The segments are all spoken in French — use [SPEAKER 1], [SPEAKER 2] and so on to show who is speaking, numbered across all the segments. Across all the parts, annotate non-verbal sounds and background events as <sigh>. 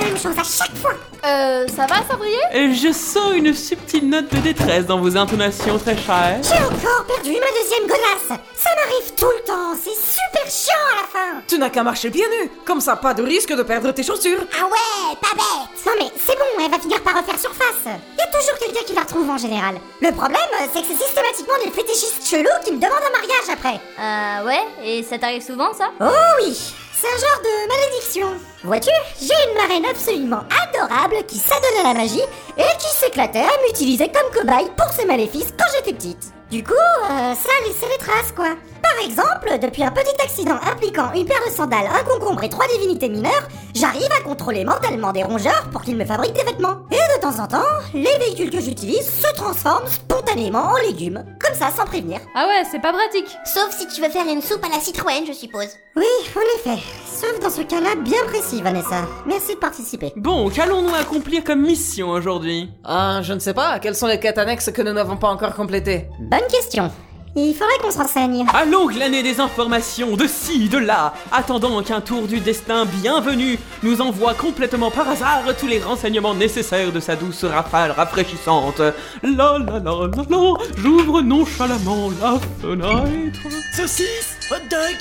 [SPEAKER 1] même chose à chaque fois
[SPEAKER 2] Euh, ça va, Sabrier
[SPEAKER 3] Et je sens une subtile note de détresse dans vos intonations très chères.
[SPEAKER 1] J'ai encore perdu ma deuxième godasse Ça m'arrive tout le temps, c'est super chiant à la fin
[SPEAKER 4] Tu n'as qu'à marcher pieds nus, comme ça pas de risque de perdre tes chaussures.
[SPEAKER 1] Ah ouais, pas bête Non mais c'est bon, elle va finir par refaire surface Y a toujours quelqu'un qui la retrouve en général. Le problème, euh, c'est que c'est systématiquement des fétichistes chelous qui me demandent un mariage après.
[SPEAKER 2] Euh, ouais, et ça t'arrive souvent, ça
[SPEAKER 1] Oh oui C'est un genre de malédiction Vois-tu, j'ai une marraine absolument adorable qui s'adonne à la magie et qui s'éclatait à m'utiliser comme cobaye pour ses maléfices quand j'étais petite. Du coup, euh, ça a laissé des traces, quoi. Par exemple, depuis un petit accident impliquant une paire de sandales, un concombre et trois divinités mineures, j'arrive à contrôler mentalement des rongeurs pour qu'ils me fabriquent des vêtements. Et de temps en temps, les véhicules que j'utilise se transforment spontanément en légumes. Comme ça, sans prévenir.
[SPEAKER 2] Ah ouais, c'est pas pratique.
[SPEAKER 5] Sauf si tu veux faire une soupe à la Citroën, je suppose.
[SPEAKER 1] Oui, en effet. Sauf dans ce cas-là bien précis, Vanessa. Merci de participer.
[SPEAKER 3] Bon, qu'allons-nous accomplir comme mission aujourd'hui
[SPEAKER 4] Ah, je ne sais pas, quelles sont les quêtes annexes que nous n'avons pas encore complétées
[SPEAKER 1] Bonne question. Il faudrait qu'on se renseigne.
[SPEAKER 3] Allons glaner des informations de ci, de là, attendant qu'un tour du destin bienvenu nous envoie complètement par hasard tous les renseignements nécessaires de sa douce rafale rafraîchissante. La la la la la, j'ouvre nonchalamment la fenêtre.
[SPEAKER 6] Saucisses, hot dog,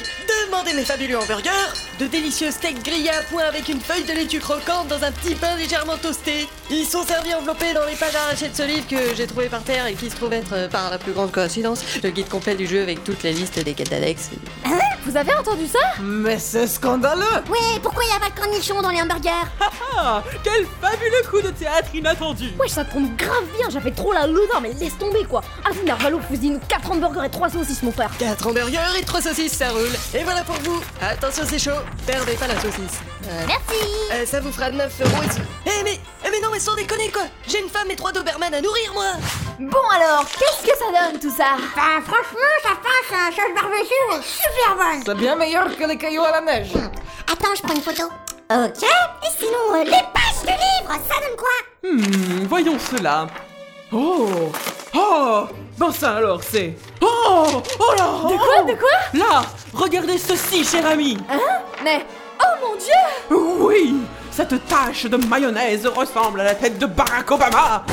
[SPEAKER 6] demandez mes fabuleux hamburgers, de délicieux steaks grillés à point avec une feuille de laitue croquante dans un petit pain légèrement toasté. Ils sont servis enveloppés dans les pages arrachées de ce livre que j'ai trouvé par terre et qui se trouve être, euh, par la plus grande coïncidence, le guide complet du jeu avec toute la liste des quêtes d'Alex.
[SPEAKER 7] Hein
[SPEAKER 2] Vous avez entendu ça
[SPEAKER 4] Mais c'est scandaleux
[SPEAKER 5] Ouais, pourquoi y a pas de cornichons dans les hamburgers
[SPEAKER 3] Ah, quel fabuleux coup de théâtre inattendu
[SPEAKER 7] Wesh, ça tombe grave bien, j'avais trop la lourdeur, mais laisse tomber quoi. Ah, vous, Narvalo, cuisine 4 hamburgers et 3 saucisses, mon frère.
[SPEAKER 6] 4 hamburgers et 3 saucisses, ça roule. Et voilà pour vous. Attention, c'est chaud. Perdez pas la saucisse. Euh,
[SPEAKER 5] Merci
[SPEAKER 6] euh, ça vous fera 9 euros et- Eh mais, eh mais non, mais sans déconner quoi. J'ai une femme et trois Doberman à nourrir moi.
[SPEAKER 2] Bon alors, qu'est-ce que ça donne tout ça
[SPEAKER 1] Bah franchement, ça passe, la sauce barbecue est super bonne
[SPEAKER 4] C'est bien meilleur que les cailloux à la neige.
[SPEAKER 1] Hum.
[SPEAKER 5] Attends, je prends une photo.
[SPEAKER 1] Ok, et sinon, euh, les pages du livre, ça donne quoi
[SPEAKER 3] Hmm, voyons cela. Oh Oh Ben ça alors, c'est... Oh Oh là
[SPEAKER 2] De quoi De quoi
[SPEAKER 3] Là Regardez ceci, cher ami
[SPEAKER 1] Hein
[SPEAKER 2] Mais. Oh mon dieu
[SPEAKER 3] Oui Cette tache de mayonnaise ressemble à la tête de Barack Obama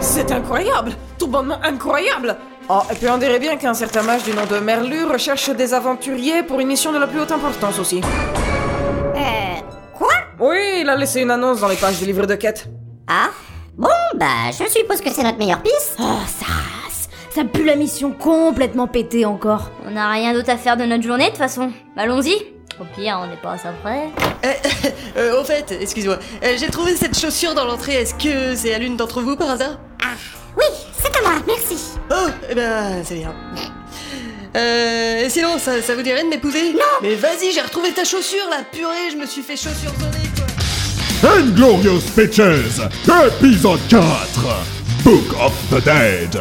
[SPEAKER 4] C'est incroyable Tout bonnement incroyable Oh, et puis on dirait bien qu'un certain mage du nom de Merlu recherche des aventuriers pour une mission de la plus haute importance aussi.
[SPEAKER 1] Euh, quoi
[SPEAKER 4] Oui, il a laissé une annonce dans les pages du livre de quête.
[SPEAKER 1] Ah Bon, bah, je suppose que c'est notre meilleure piste.
[SPEAKER 7] Oh, ça rase. Ça pue la mission complètement pétée encore.
[SPEAKER 2] On a rien d'autre à faire de notre journée de toute façon. Allons-y. Au pire, on n'est pas à ça près.
[SPEAKER 6] Euh, au fait, excuse-moi, euh, j'ai trouvé cette chaussure dans l'entrée. Est-ce que c'est à l'une d'entre vous par hasard
[SPEAKER 1] Ah, Oui, c'est à moi, merci.
[SPEAKER 6] Oh, eh ben, c'est bien. Euh, et sinon, ça, ça vous dirait de m'épouser Non Mais vas-y, j'ai retrouvé ta chaussure, la purée, je me suis fait chaussure zonée, quoi
[SPEAKER 8] Inglorious Pictures, épisode 4, Book of the Dead.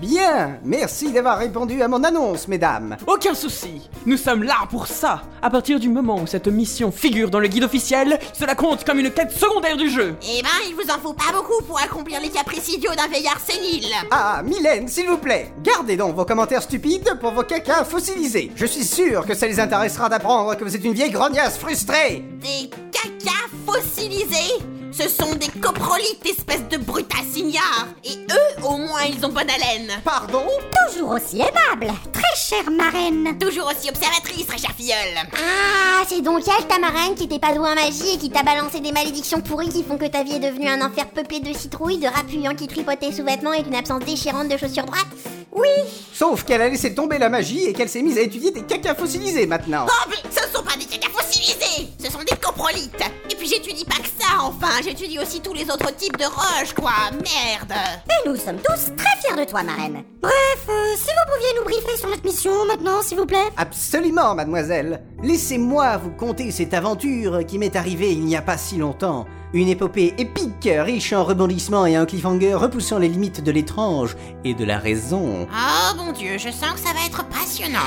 [SPEAKER 9] Bien, merci d'avoir répondu à mon annonce, mesdames.
[SPEAKER 3] Aucun souci Nous sommes là pour ça À partir du moment où cette mission figure dans le guide officiel, cela compte comme une quête secondaire du jeu
[SPEAKER 5] Eh ben, il vous en faut pas beaucoup pour accomplir les caprices idiots d'un veillard sénile.
[SPEAKER 9] Ah, Mylène, s'il vous plaît, gardez donc vos commentaires stupides pour vos caca fossilisés. Je suis sûr que ça les intéressera d'apprendre que vous êtes une vieille grognasse frustrée.
[SPEAKER 5] Des cacas fossilisés Ce sont des coprolites, espèce de brutassignards. Et eux, au moins, ils ont bonne haleine.
[SPEAKER 9] Pardon
[SPEAKER 1] Toujours aussi aimable, très chère marraine.
[SPEAKER 5] Toujours aussi observatrice, très chère filleule.
[SPEAKER 1] Ah, c'est donc elle ta
[SPEAKER 5] marraine qui t'est pas douée en magie et qui t'a balancé des malédictions pourries qui font que ta vie est devenue un enfer peuplé de citrouilles, de rapuyants qui tripotent tes sous-vêtements et d'une absence déchirante de chaussures droites
[SPEAKER 9] Sauf qu'elle a laissé tomber la magie et qu'elle s'est mise à étudier des caca fossilisés maintenant.
[SPEAKER 5] Oh, mais ce ne sont pas des cacas fossilisés Ce sont des coprolites Et puis j'étudie pas que ça, enfin J'étudie aussi tous les autres types de roches, quoi Merde
[SPEAKER 1] Et nous sommes tous très fiers de toi, marraine. Bref, euh, si vous pouviez nous briefer sur notre mission maintenant, s'il vous plaît.
[SPEAKER 9] Absolument, mademoiselle. Laissez-moi vous conter cette aventure qui m'est arrivée il n'y a pas si longtemps. Une épopée épique, riche en rebondissements et un cliffhanger repoussant les limites de l'étrange et de la raison.
[SPEAKER 5] Oh mon dieu, je sens que ça va être passionnant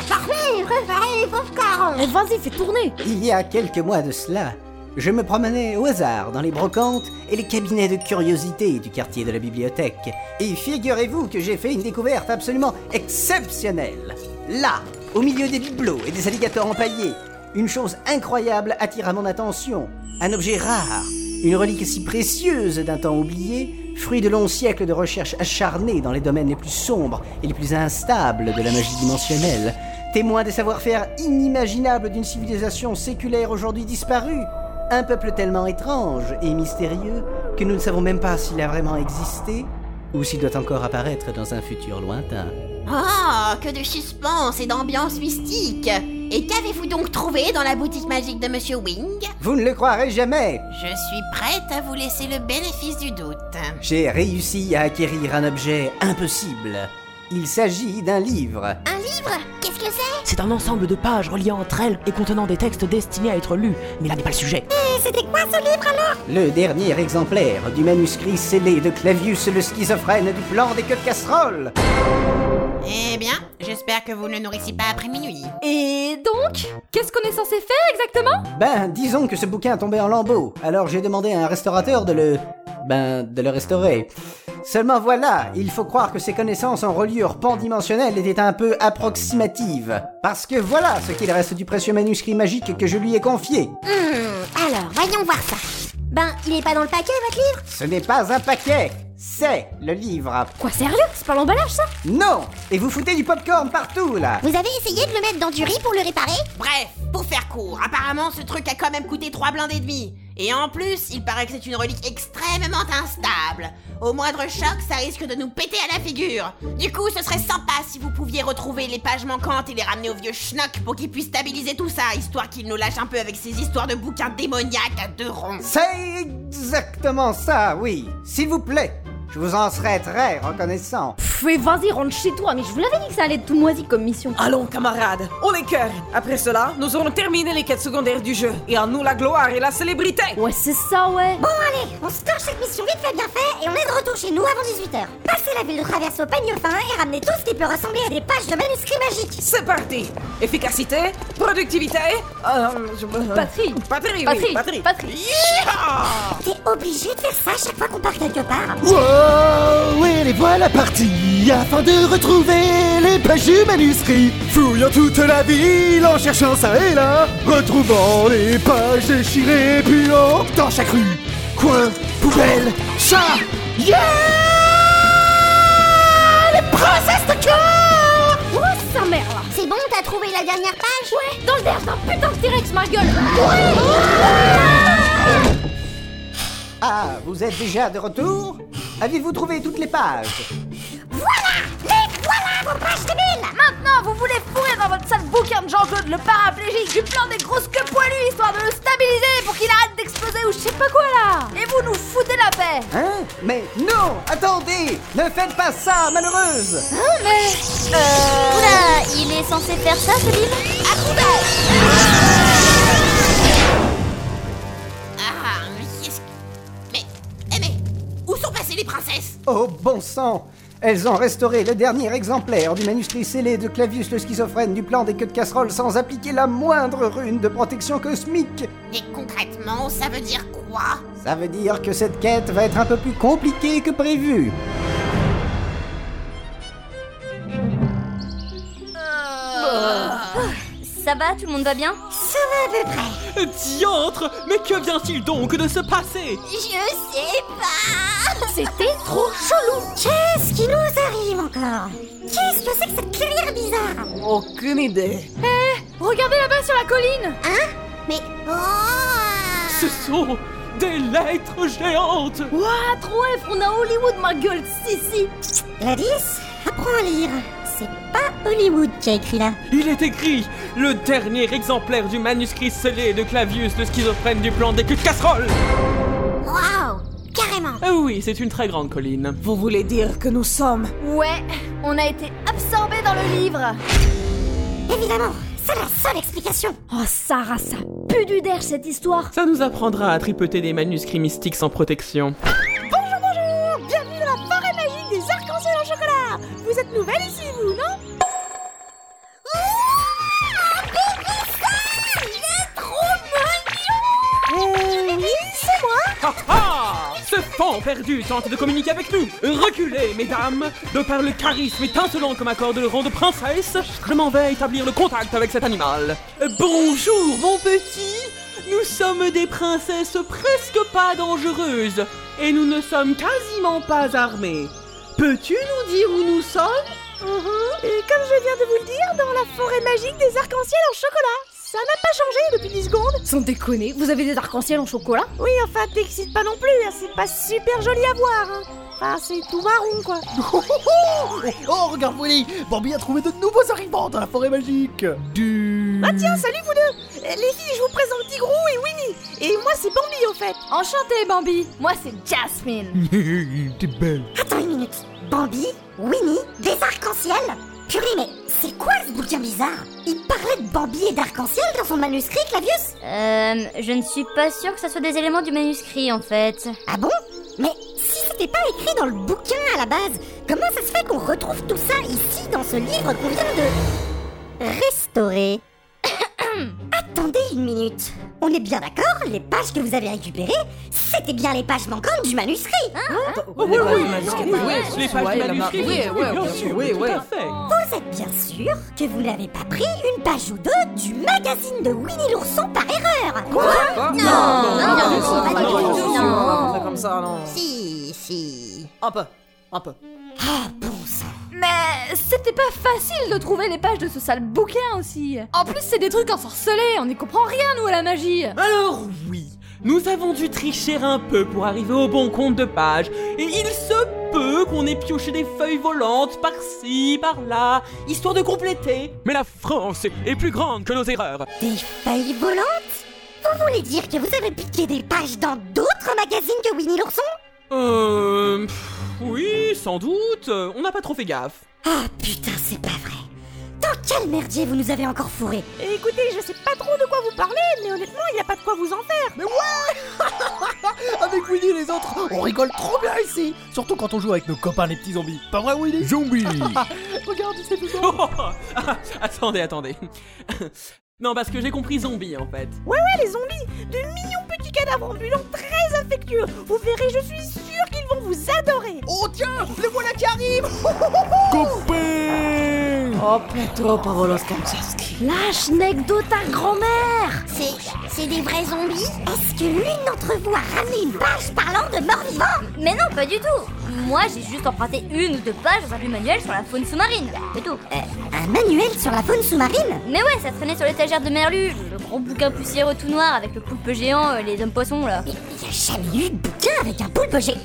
[SPEAKER 7] Eh, Vas-y, fais tourner.
[SPEAKER 9] Il y a quelques mois de cela, je me promenais au hasard dans les brocantes et les cabinets de curiosité du quartier de la bibliothèque. Et figurez-vous que j'ai fait une découverte absolument exceptionnelle. Là, au milieu des bibelots et des alligators empaillés. Une chose incroyable attira mon attention. Un objet rare, une relique si précieuse d'un temps oublié, fruit de longs siècles de recherches acharnées dans les domaines les plus sombres et les plus instables de la magie dimensionnelle, témoin des savoir-faire inimaginables d'une civilisation séculaire aujourd'hui disparue. Un peuple tellement étrange et mystérieux que nous ne savons même pas s'il a vraiment existé ou s'il doit encore apparaître dans un futur lointain.
[SPEAKER 5] Oh, que de suspense et d'ambiance mystique Et qu'avez-vous donc trouvé dans la boutique magique de Monsieur Wing
[SPEAKER 9] Vous ne le croirez jamais
[SPEAKER 5] Je suis prête à vous laisser le bénéfice du doute.
[SPEAKER 9] J'ai réussi à acquérir un objet impossible. Il s'agit d'un livre.
[SPEAKER 5] Un livre Qu'est-ce que c'est
[SPEAKER 10] C'est un ensemble de pages reliées entre elles et contenant des textes destinés à être lus, mais là n'est pas le sujet.
[SPEAKER 5] Et c'était quoi ce livre alors
[SPEAKER 9] Le dernier exemplaire du manuscrit scellé de Clavius le schizophrène du plan des queues de casserole.
[SPEAKER 5] Eh bien, j'espère que vous ne nourrissez pas après minuit.
[SPEAKER 7] Et donc Qu'est-ce qu'on est censé faire exactement
[SPEAKER 9] Ben, disons que ce bouquin tombait en lambeaux, alors j'ai demandé à un restaurateur de le... Ben, de le restaurer. Seulement voilà, il faut croire que ses connaissances en reliure pan-dimensionnelle étaient un peu approximatives. Parce que voilà ce qu'il reste du précieux manuscrit magique que je lui ai confié.
[SPEAKER 5] Hmm, alors, voyons voir ça. Ben, il est pas dans le paquet, votre livre
[SPEAKER 9] Ce n'est pas un paquet, c'est le livre.
[SPEAKER 7] Quoi, sérieux C'est pas l'emballage ça
[SPEAKER 9] Non Et vous foutez du popcorn partout là
[SPEAKER 5] Vous avez essayé de le mettre dans du riz pour le réparer
[SPEAKER 11] Bref, pour faire court, apparemment ce truc a quand même coûté 3 blindes et demi. Et en plus, il paraît que c'est une relique extrêmement instable. Au moindre choc, ça risque de nous péter à la figure. Du coup, ce serait sympa si vous pouviez retrouver les pages manquantes et les ramener au vieux schnock pour qu'il puisse stabiliser tout ça, histoire qu'il nous lâche un peu avec ses histoires de bouquins démoniaques à deux ronds.
[SPEAKER 9] C'est exactement ça, oui. S'il vous plaît, je vous en serais très reconnaissant.
[SPEAKER 7] Pff, et vas-y, rentre chez toi, mais je vous l'avais dit que ça allait être tout moisi comme mission.
[SPEAKER 4] Allons, camarades, on les cœurs. Après cela, nous aurons terminé les quêtes secondaires du jeu. Et en nous la gloire et la célébrité.
[SPEAKER 7] Ouais, c'est ça, ouais.
[SPEAKER 1] Bon allez, on se torche cette mission vite fait bien fait et on est de retour chez nous avant 18h. Passez la ville de traverse au peigne fin et ramenez tout ce qui peut ressembler à des pages de manuscrits magiques.
[SPEAKER 4] C'est parti Efficacité, productivité... Euh, je- euh,
[SPEAKER 7] Patrie
[SPEAKER 4] Patrie, oui,
[SPEAKER 7] Patrie
[SPEAKER 4] patrie.
[SPEAKER 7] Patrie
[SPEAKER 1] T'es obligé de faire ça chaque fois qu'on part quelque part.
[SPEAKER 10] Wow, et les voilà partis afin de retrouver les pages du manuscrit. Fouillant toute la ville en cherchant ça et là, retrouvant les pages déchirées puantes dans chaque rue, coin, poubelle, chat. Yeah
[SPEAKER 4] Ah,
[SPEAKER 10] Les princesses de cœur
[SPEAKER 7] Oh, sa mère là
[SPEAKER 5] C'est bon, t'as trouvé la dernière page Ouais
[SPEAKER 7] Dans le derrière d'un putain de T-Rex, ma gueule
[SPEAKER 9] Ah, vous êtes déjà de retour Avez-vous trouvé toutes les pages
[SPEAKER 7] Maintenant, vous voulez fourrer dans votre sale bouquin de Jean-Claude le paraplégique du plan des grosses queues poilues, histoire de le stabiliser pour qu'il arrête d'exploser ou je sais pas quoi là Et vous nous foutez la paix
[SPEAKER 9] Hein Mais non Attendez Ne faites pas ça, malheureuse
[SPEAKER 7] Oh, euh,
[SPEAKER 2] Oula, il est censé faire ça ce livre
[SPEAKER 11] Ah, mais qu'est-ce que... Mais... Eh mais... Où sont passées les princesses
[SPEAKER 9] Oh bon sang Elles ont restauré le dernier exemplaire du manuscrit scellé de Clavius le schizophrène du plan des queues de casserole sans appliquer la moindre rune de protection cosmique
[SPEAKER 11] Et concrètement, ça veut dire quoi
[SPEAKER 9] Ça veut dire que cette quête va être un peu plus compliquée que prévu.
[SPEAKER 7] Euh.
[SPEAKER 2] Oh, Ça va, tout le monde va bien
[SPEAKER 3] Euh, Diantre Mais que vient-il donc de se passer
[SPEAKER 5] Je sais pas
[SPEAKER 7] C'était trop chelou
[SPEAKER 1] Qu'est-ce Ah. qui nous arrive encore Qu'est-ce que c'est que cette clairière bizarre
[SPEAKER 4] Aucune idée.
[SPEAKER 7] Regardez là-bas sur la colline
[SPEAKER 2] Hein
[SPEAKER 5] Mais... Oh
[SPEAKER 3] Ce sont des lettres géantes
[SPEAKER 7] Ouah, trop F, on a Hollywood, ma gueule, si si
[SPEAKER 1] Gladys, apprends à lire. C'est pas Hollywood qui a écrit là.
[SPEAKER 3] Il est écrit le dernier exemplaire du manuscrit scellé de Clavius, le schizophrène du plan des queues de casserole
[SPEAKER 5] Waouh Carrément
[SPEAKER 3] Ah oui, c'est une très grande colline.
[SPEAKER 4] Vous voulez dire que nous sommes...
[SPEAKER 7] Ouais, on a été absorbé dans le livre
[SPEAKER 1] Évidemment, c'est la seule explication.
[SPEAKER 7] Oh Sarah, ça pue du der cette histoire
[SPEAKER 3] Ça nous apprendra à tripoter des manuscrits mystiques sans protection.
[SPEAKER 7] Bonjour, bonjour Bienvenue dans la forêt magique des arcs-en-ciel en chocolat Vous êtes nouvelle ici, vous, non
[SPEAKER 3] Ah ah Ce enfants perdus tentent de communiquer avec nous. Reculez, mesdames. De par le charisme étincelant que m'accorde le rang de princesse, je m'en vais établir le contact avec cet animal. Euh, Bonjour, mon petit. Nous sommes des princesses presque pas dangereuses. Et nous ne sommes quasiment pas armés. Peux-tu nous dire où nous sommes
[SPEAKER 12] Hein Et comme je viens de vous le dire, dans la forêt magique des arcs-en-ciel en chocolat Ça n'a pas changé depuis 10 secondes
[SPEAKER 7] Sans déconner, vous avez des arcs-en-ciel en chocolat
[SPEAKER 12] Oui, enfin, t'excites pas non plus, hein, c'est pas super joli à voir hein. Enfin, c'est tout marron,
[SPEAKER 2] <laughs>
[SPEAKER 12] quoi
[SPEAKER 10] Oh, oh, oh, oh, regarde Willy Bambi a trouvé de nouveaux arrivants dans la forêt magique Du...
[SPEAKER 12] Ah tiens, salut vous deux Euh, Les filles, je vous présente Tigrou et Winnie Et moi, c'est Bambi, au fait
[SPEAKER 7] Enchanté, Bambi Moi, c'est Jasmine
[SPEAKER 10] <laughs> T'es belle
[SPEAKER 1] Attends une minute. Bambi, Winnie, des arcs-en-ciel Purée, mais c'est quoi ce bouquin bizarre Il parlait de Bambi et d'arc-en-ciel dans son manuscrit, Clavius
[SPEAKER 2] Euh, je ne suis pas sûre que ça soit des éléments du manuscrit en fait.
[SPEAKER 1] Ah bon Mais si c'était pas écrit dans le bouquin à la base, comment ça se fait qu'on retrouve tout ça ici dans ce livre qu'on vient de restaurer Attendez une minute. On est bien d'accord, les pages que vous avez récupérées, c'était bien les pages manquantes du manuscrit.
[SPEAKER 3] Oh, oui, oui,
[SPEAKER 4] manuscrits,
[SPEAKER 3] oui,
[SPEAKER 4] ouais,
[SPEAKER 3] oui,
[SPEAKER 4] ouais,
[SPEAKER 3] les pages
[SPEAKER 4] ouais,
[SPEAKER 3] du
[SPEAKER 4] la marque.
[SPEAKER 3] manuscrit,
[SPEAKER 4] Oui, ouais,
[SPEAKER 3] bien
[SPEAKER 4] bien
[SPEAKER 3] sûr,
[SPEAKER 4] sûr, oui,
[SPEAKER 3] tout
[SPEAKER 4] ouais.
[SPEAKER 3] à fait.
[SPEAKER 1] Vous êtes bien sûr que vous n'avez pas pris une page ou deux du magazine de Winnie l'ourson par erreur.
[SPEAKER 4] Quoi
[SPEAKER 1] Non, non,
[SPEAKER 4] non,
[SPEAKER 1] non,
[SPEAKER 4] non,
[SPEAKER 1] non,
[SPEAKER 4] non,
[SPEAKER 1] non,
[SPEAKER 4] non,
[SPEAKER 1] non.
[SPEAKER 4] on va pas faire comme ça, non.
[SPEAKER 11] Si, si.
[SPEAKER 6] Un peu, un peu.
[SPEAKER 1] Ah bon sang.
[SPEAKER 7] Mais c'était pas facile de trouver les pages de ce sale bouquin aussi En plus, c'est des trucs ensorcelés, on n'y comprend rien, nous, à la magie
[SPEAKER 3] Alors oui, nous avons dû tricher un peu pour arriver au bon compte de page, et il se peut qu'on ait pioché des feuilles volantes par-ci, par-là, histoire de compléter. Mais la France est plus grande que nos erreurs.
[SPEAKER 1] Des feuilles volantes Vous voulez dire que vous avez piqué des pages dans d'autres magazines que Winnie l'ourson
[SPEAKER 3] Euh... pff, oui, sans doute, euh, on n'a pas trop fait gaffe.
[SPEAKER 1] Ah putain, c'est pas vrai. Dans quel merdier vous nous avez encore fourré
[SPEAKER 12] Et Écoutez, je sais pas trop de quoi vous parlez, mais honnêtement, il n'y a pas de quoi vous en faire
[SPEAKER 1] <laughs>
[SPEAKER 10] Avec Winnie et les autres, on rigole trop bien ici Surtout quand on joue avec nos copains les petits zombies. Pas vrai Winnie <laughs>
[SPEAKER 8] Zombie
[SPEAKER 10] Regarde, c'est tout
[SPEAKER 3] Oh, oh, oh, ah, attendez, attendez. <laughs> non, parce que j'ai compris zombie en fait.
[SPEAKER 12] Ouais, ouais, les zombies De mignons petits cadavres ambulants très affectueux Vous verrez, je suis sûre qu'ils vont vous adorer
[SPEAKER 6] Oh tiens, le voilà qui arrive
[SPEAKER 10] Copain
[SPEAKER 4] Oh, Petro Pavoloskamchaski.
[SPEAKER 7] Lâche, nec de ta grand-mère
[SPEAKER 5] C'est. c'est des vrais zombies
[SPEAKER 1] Est-ce que l'une d'entre vous a ramené une page parlant de morts-vivants
[SPEAKER 2] Mais non, pas du tout Moi, j'ai juste emprunté une ou deux pages dans un vieux manuel sur la faune sous-marine, c'est tout.
[SPEAKER 1] Euh, Un manuel sur la faune sous-marine
[SPEAKER 2] Mais ouais, ça traînait sur l'étagère de Merlu, le gros bouquin poussiéreux tout noir avec le poulpe géant et les hommes poissons là.
[SPEAKER 1] Mais il n'y a jamais eu de bouquin avec un poulpe G.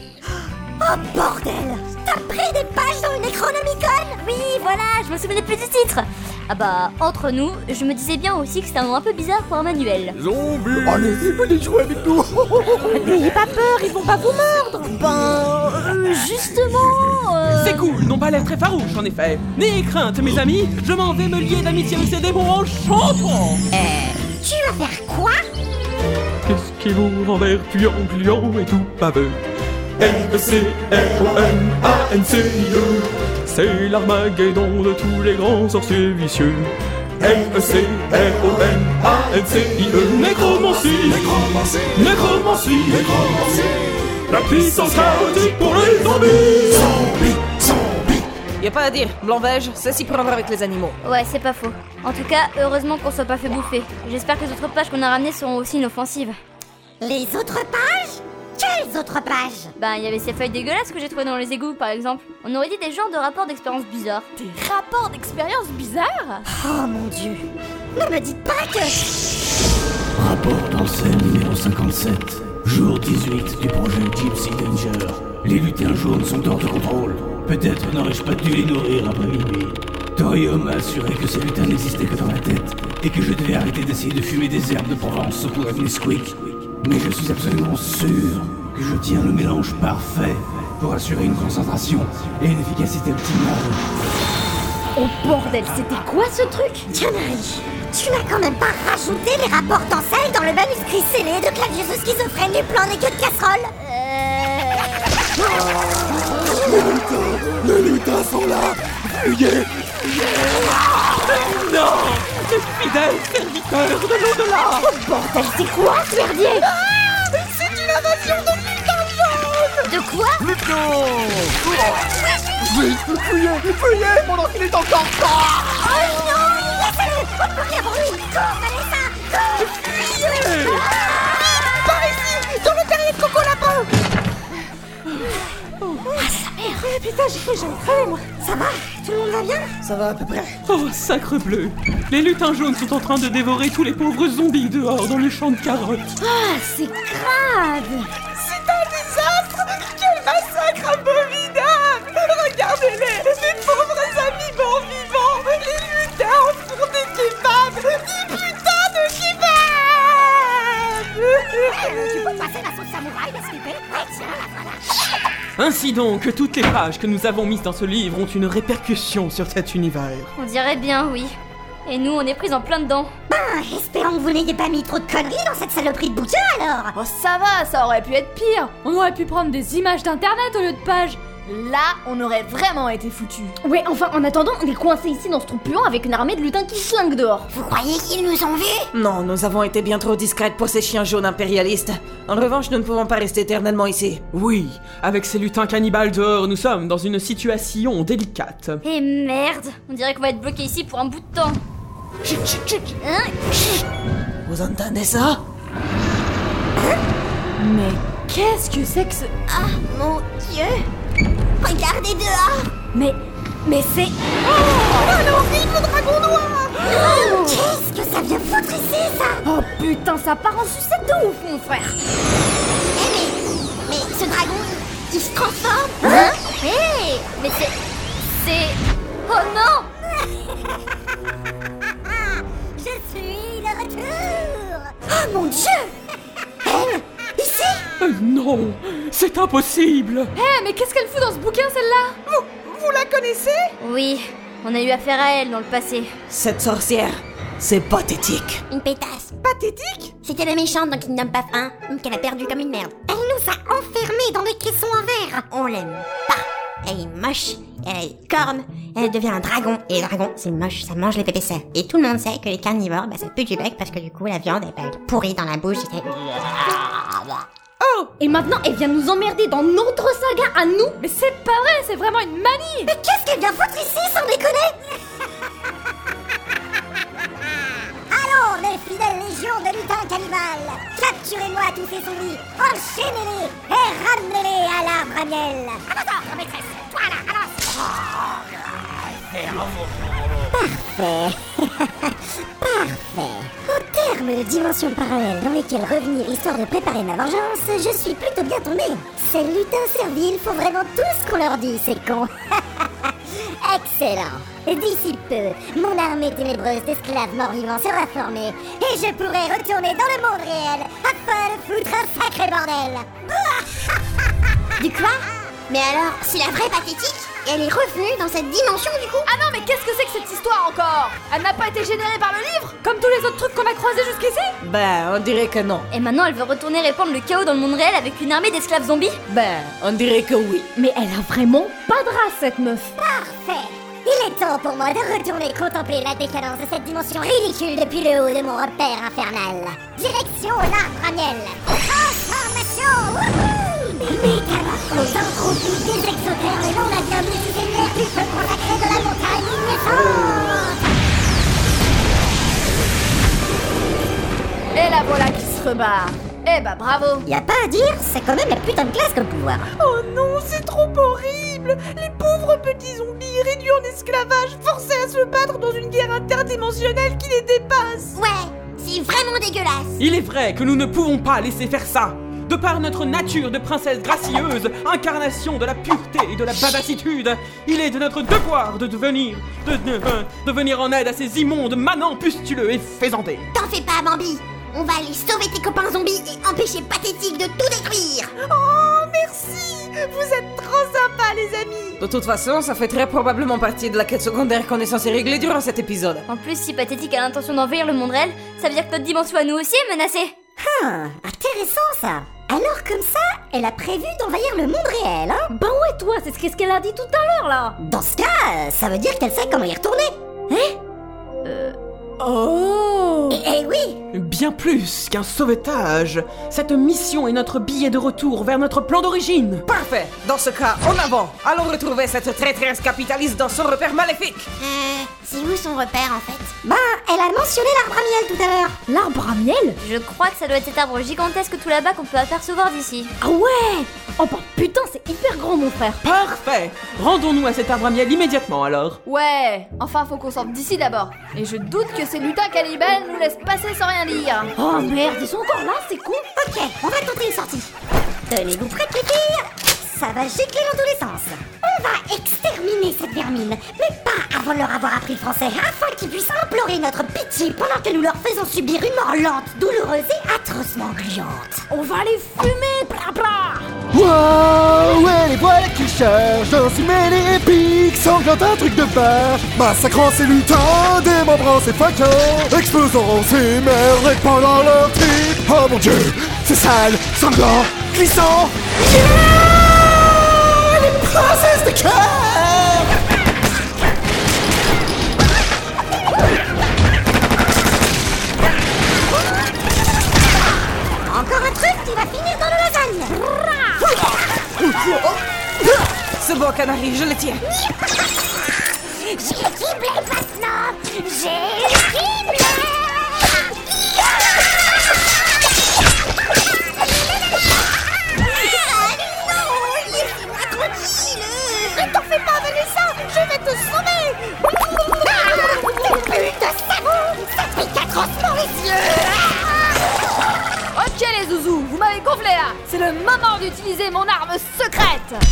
[SPEAKER 1] Oh bordel T'as pris des pages dans le Necronomicon
[SPEAKER 2] Oui, voilà, je me souvenais plus du titre Ah bah, entre nous, je me disais bien aussi que c'était un nom un peu bizarre pour un manuel.
[SPEAKER 8] Zombie
[SPEAKER 10] Allez, venez jouer avec nous
[SPEAKER 12] N'ayez pas peur, ils vont pas vous mordre
[SPEAKER 3] Oh,
[SPEAKER 2] Ben, euh, justement euh,
[SPEAKER 3] C'est cool, n'ont pas l'air très farouches en effet. N'ayez crainte, mes amis, je m'en vais me lier d'amitié avec ces démons en chantant.
[SPEAKER 1] Tu vas faire quoi
[SPEAKER 3] Qu'est-ce qui vous envers tuyant, gluant et tout E baveux M-E-C-R-O-N-A-N-C-I-E E. C'est l'armageddon de tous les grands sorciers vicieux E M-E-C-R-O-N-A-N-C-I-E Nécromancie Nécromancie Nécromancie La puissance chaotique pour les zombies
[SPEAKER 4] Y a pas à dire, Blanc-Beige, c'est s'y prendre avec les animaux.
[SPEAKER 2] Ouais, c'est pas faux. En tout cas, heureusement qu'on soit pas fait bouffer. J'espère que les autres pages qu'on a ramenées seront aussi inoffensives.
[SPEAKER 1] Les autres pages Quelles autres pages
[SPEAKER 2] Ben, il y avait ces feuilles dégueulasses que j'ai trouvées dans les égouts, par exemple. On aurait dit des genres de rapports d'expérience bizarres.
[SPEAKER 7] Des rapports d'expérience bizarres
[SPEAKER 1] Oh mon dieu Ne me dites pas que...
[SPEAKER 13] Rapport d'Ancel numéro 57, jour 18 du projet Gypsy Danger. Les lutins jaunes sont hors de contrôle. Peut-être n'aurais-je pas dû les nourrir après minuit. Thorium m'a assuré que ces lutins n'existaient que dans la tête et que je devais arrêter d'essayer de fumer des herbes de Provence pour un Nesquik. Mais je suis absolument sûr que je tiens le mélange parfait pour assurer une concentration et une efficacité optimale.
[SPEAKER 7] Oh bordel, c'était quoi ce truc
[SPEAKER 1] Canary, tu n'as quand même pas rajouté les rapports d'Ancel dans le manuscrit scellé de Clavius au schizophrène du plan des queues de casserole
[SPEAKER 12] Euh,
[SPEAKER 10] Les lutins sont là Fuyez
[SPEAKER 3] E. Non Fidèle serviteur de l'au-delà
[SPEAKER 1] Bordel, c'est quoi, ce merdier
[SPEAKER 12] C'est une invasion de lutins jaunes
[SPEAKER 2] De quoi
[SPEAKER 10] Oh, Vite, le fouiller, le fouiller pendant qu'il est encore temps
[SPEAKER 5] Oh non Laissez-le Oh, Pokémon Cours, Vanessa Cours Par ici Dans le terrier de Coco Lapin
[SPEAKER 7] Ah, sa mère Putain, j'ai cru que j'allais crever, moi Ça va Tout le monde va bien
[SPEAKER 3] Ça va à peu près. Oh, sacre bleu Les lutins jaunes sont en train de dévorer tous les pauvres zombies dehors dans les champs de carottes.
[SPEAKER 7] Ah, c'est grave
[SPEAKER 12] C'est un désastre Quel massacre abominable Regardez-les Mes pauvres amis morts vivants Les lutins en font des kebabs Des putains de kebabs
[SPEAKER 7] Eh, Tu peux passer la sauce samouraï, la skipper Ouais, tiens, la voilà
[SPEAKER 3] Ainsi donc, toutes les pages que nous avons mises dans ce livre ont une répercussion sur cet univers.
[SPEAKER 2] On dirait bien, oui. Et nous, on est pris en plein dedans.
[SPEAKER 1] Ben, espérons que vous n'ayez pas mis trop de conneries dans cette saloperie de bouquin alors
[SPEAKER 7] Oh, ça va, ça aurait pu être pire On aurait pu prendre des images d'internet au lieu de pages Là, on aurait vraiment été foutus Ouais, enfin, en attendant, on est coincés ici dans ce trou puant avec une armée de lutins qui slingue dehors
[SPEAKER 5] Vous croyez qu'ils nous ont vus
[SPEAKER 4] Non, nous avons été bien trop discrètes pour ces chiens jaunes impérialistes. En revanche, nous ne pouvons pas rester éternellement ici.
[SPEAKER 3] Oui, avec ces lutins cannibales dehors, nous sommes dans une situation délicate.
[SPEAKER 2] Et Eh, merde On dirait qu'on va être bloqué ici pour un bout de temps. Hein
[SPEAKER 4] Vous entendez ça
[SPEAKER 7] Mais qu'est-ce que c'est que ce...
[SPEAKER 5] Ah, mon Dieu Regardez dehors
[SPEAKER 7] Mais... Mais c'est...
[SPEAKER 5] Le Oh, dragon noir Oh, Qu'est-ce que ça vient foutre ici, ça
[SPEAKER 7] Oh putain, ça part en sucette de ouf, mon frère
[SPEAKER 5] Eh mais... Mais ce dragon, il, il se transforme Eh,
[SPEAKER 2] Hein Hé Mais c'est... C'est... Oh non
[SPEAKER 5] Je suis de retour
[SPEAKER 1] Oh mon dieu
[SPEAKER 3] Ah,
[SPEAKER 1] Elle Ici
[SPEAKER 3] Euh, non, c'est impossible
[SPEAKER 7] Eh, mais qu'est-ce qu'elle fout dans ce bouquin, celle-là
[SPEAKER 12] Vous la connaissez
[SPEAKER 2] Oui, on a eu affaire à elle dans le passé.
[SPEAKER 4] Cette sorcière, c'est pathétique.
[SPEAKER 5] Une pétasse
[SPEAKER 12] Pathétique
[SPEAKER 5] C'était la méchante dans Kingdom Path 1, qu'elle a perdu comme une merde.
[SPEAKER 1] Elle nous a enfermés dans des caissons en verre
[SPEAKER 5] On l'aime pas Elle est moche, elle a des cornes, elle devient un dragon. Et les dragons, c'est moche, ça mange les PPC. Et tout le monde sait que les carnivores, bah, ça pue du bec parce que du coup, la viande, elle peut être pourrie dans la bouche. et c'est-
[SPEAKER 7] Et maintenant, elle vient nous emmerder dans notre saga à nous Mais c'est pas vrai, c'est vraiment une manie
[SPEAKER 1] Mais qu'est-ce qu'elle vient foutre ici sans déconner
[SPEAKER 5] Allons, les fidèles légions de lutins cannibales Capturez-moi tous ces zombies, enchaînez-les et ramenez-les à l'arbre à miel
[SPEAKER 1] Attends, maîtresse Toi là,
[SPEAKER 7] <laughs>
[SPEAKER 1] Parfait Parfait Au terme de dimensions parallèles dans lesquelles revenir histoire de préparer ma vengeance, je suis plutôt bien tombée. Ces lutins serviles font vraiment tout ce qu'on leur dit, c'est con <laughs> Excellent D'ici peu, mon armée ténébreuse d'esclaves morts-vivants sera formée et je pourrai retourner dans le monde réel afin de foutre un sacré bordel <laughs>
[SPEAKER 5] Du quoi Mais alors, c'est la vraie pathétique Et elle est revenue dans cette dimension du coup
[SPEAKER 7] Ah non, mais qu'est-ce que c'est que cette histoire encore Elle n'a pas été générée par le livre Comme tous les autres trucs qu'on a croisés jusqu'ici
[SPEAKER 4] Ben, on dirait que non.
[SPEAKER 2] Et maintenant, elle veut retourner répandre le chaos dans le monde réel avec une armée d'esclaves zombies
[SPEAKER 4] Ben, on dirait que oui.
[SPEAKER 7] Mais elle a vraiment pas de race, cette meuf
[SPEAKER 1] Ah, Parfait
[SPEAKER 5] Il est temps pour moi de retourner contempler la décadence de cette dimension ridicule depuis le haut de mon repère infernal. Direction l'arbre à miel. Transformation Wouhou J'entropie des exotères et non la diable du seigneur du feu consacré de la montagne naissante
[SPEAKER 7] Et la voilà qui se rebarre Eh bah bravo
[SPEAKER 1] Y a pas à dire, c'est quand même la putain de classe comme pouvoir.
[SPEAKER 12] Oh non, c'est trop horrible Les pauvres petits zombies réduits en esclavage, forcés à se battre dans une guerre interdimensionnelle qui les dépasse
[SPEAKER 5] Ouais, c'est vraiment dégueulasse.
[SPEAKER 3] Il est vrai que nous ne pouvons pas laisser faire ça. De par notre nature de princesse gracieuse, incarnation de la pureté et de la babassitude, il est de notre devoir de devenir, de, de- euh, de venir en aide à ces immondes manants pustuleux et faisandés.
[SPEAKER 5] T'en fais pas, Bambi. On va aller sauver tes copains zombies et empêcher Pathétique de tout détruire.
[SPEAKER 12] Oh, merci Vous êtes trop sympas, les amis
[SPEAKER 4] De toute façon, ça fait très probablement partie de la quête secondaire qu'on est censé régler durant cet épisode.
[SPEAKER 2] En plus, si Pathétique a l'intention d'envahir le monde réel, ça veut dire que notre dimension à nous aussi est menacée
[SPEAKER 1] Ah, intéressant ça Alors comme ça, elle a prévu d'envahir le monde réel, hein
[SPEAKER 7] Bah ouais, toi, c'est ce qu'est-ce qu'elle a dit tout à l'heure, là
[SPEAKER 1] Dans ce hein? cas, euh, ça veut dire qu'elle sait comment y retourner.
[SPEAKER 7] Oh
[SPEAKER 1] Et, et oui
[SPEAKER 3] Bien plus qu'un sauvetage. Cette mission est notre billet de retour vers notre plan d'origine.
[SPEAKER 4] Parfait Dans ce cas, en avant Allons retrouver cette traîtresse capitaliste dans son repère maléfique
[SPEAKER 5] Euh, c'est où son repère en fait
[SPEAKER 1] Bah, elle a mentionné l'arbre à miel tout à l'heure.
[SPEAKER 2] L'arbre à miel Je crois que ça doit être cet arbre gigantesque tout là-bas qu'on peut apercevoir d'ici.
[SPEAKER 7] Ah ouais Oh bah putain, c'est hyper grand mon frère
[SPEAKER 3] Parfait Rendons-nous à cet arbre à miel immédiatement alors.
[SPEAKER 7] Ouais, enfin faut qu'on sorte d'ici d'abord. Et je doute que ces lutins cannibales nous laissent passer sans rien dire.
[SPEAKER 1] Oh merde, ils sont encore là, c'est con Ok, on va tenter une sortie. Tenez-vous prêts, les filles Ça va gicler dans tous les sens. On va exterminer cette vermine, mais pas avant de leur avoir appris le français, afin qu'ils puissent implorer notre pitié pendant que nous leur faisons subir une mort lente, douloureuse et atrocement gluante.
[SPEAKER 7] On va les fumer, bla bla
[SPEAKER 10] Wow, ouais, les voilà qui cherchent un mêlée épique, sanglant un truc de vache Massacrant ces lutins, démembrant ces fuckers Explosant ces mères, répandant leur trip Oh mon dieu, c'est sale, sanglant, glissant Yeah Les princesses de cœur
[SPEAKER 1] Encore un truc qui va finir dans nos lasagnes
[SPEAKER 4] Ce bon canari, je le tiens
[SPEAKER 12] J'ai ciblé maintenant J'ai ciblé Ne t'en fais pas, Vanessa Je vais te sauver Cette bulle de savon Ça pique atrocement les yeux
[SPEAKER 7] Ah, Ok les zouzous, vous m'avez gonflé là C'est le moment d'utiliser mon arme secrète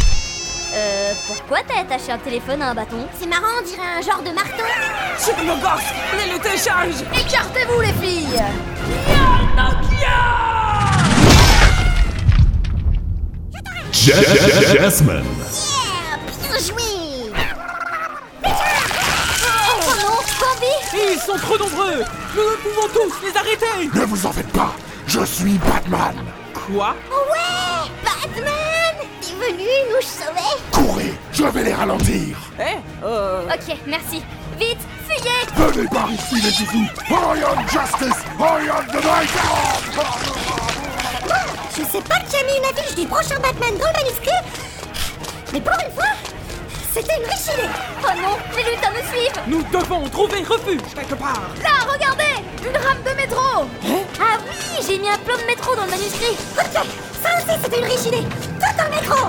[SPEAKER 2] Euh, pourquoi t'as attaché un téléphone à un bâton
[SPEAKER 5] C'est marrant, on dirait un genre de marteau.
[SPEAKER 4] Sur nos gosses Mais le décharge
[SPEAKER 7] Écartez-vous les filles
[SPEAKER 8] Ja- Ja- Jasmine.
[SPEAKER 5] Ah, bien joué
[SPEAKER 2] Oh non, Bambi
[SPEAKER 3] Et ils sont trop nombreux Nous ne pouvons tous les arrêter
[SPEAKER 8] Ne vous en faites pas, je suis Batman.
[SPEAKER 3] Quoi
[SPEAKER 5] Ouais Batman T'es venu nous sauver
[SPEAKER 8] Courez, je vais les ralentir.
[SPEAKER 7] Eh, euh.
[SPEAKER 2] Ok, merci. Vite, fuyez
[SPEAKER 8] Venez par ici, les zouzous. I am justice, I am the night.
[SPEAKER 1] Je sais pas qui a mis une affiche du prochain Batman dans le manuscrit, mais pour une fois, c'était une riche idée
[SPEAKER 2] Oh non, les lutins me suivent
[SPEAKER 3] Nous devons trouver refuge quelque part.
[SPEAKER 7] Là, regardez Une rame de métro
[SPEAKER 2] Ah oui, j'ai mis un plan de métro dans le manuscrit
[SPEAKER 1] Ok, ça aussi c'était une riche idée Tout en métro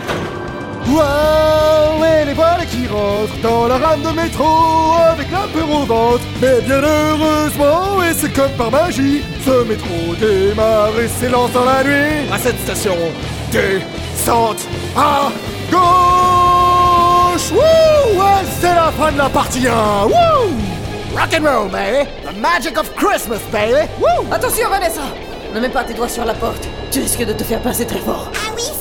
[SPEAKER 10] Wow, et les voilà qui rentrent dans la rame de métro avec la peur au ventre. Mais bien heureusement, et c'est comme par magie, ce métro démarre et s'élance dans la nuit.
[SPEAKER 13] À cette station,
[SPEAKER 10] Descente à gauche. Wouh, ouais, c'est la fin de la partie 1. Wouh, rock and roll, baby. The magic of Christmas, baby. Wouh.
[SPEAKER 4] Attention, Vanessa Ne mets pas tes doigts sur la porte Tu risques de te faire pincer très fort
[SPEAKER 5] Ah oui,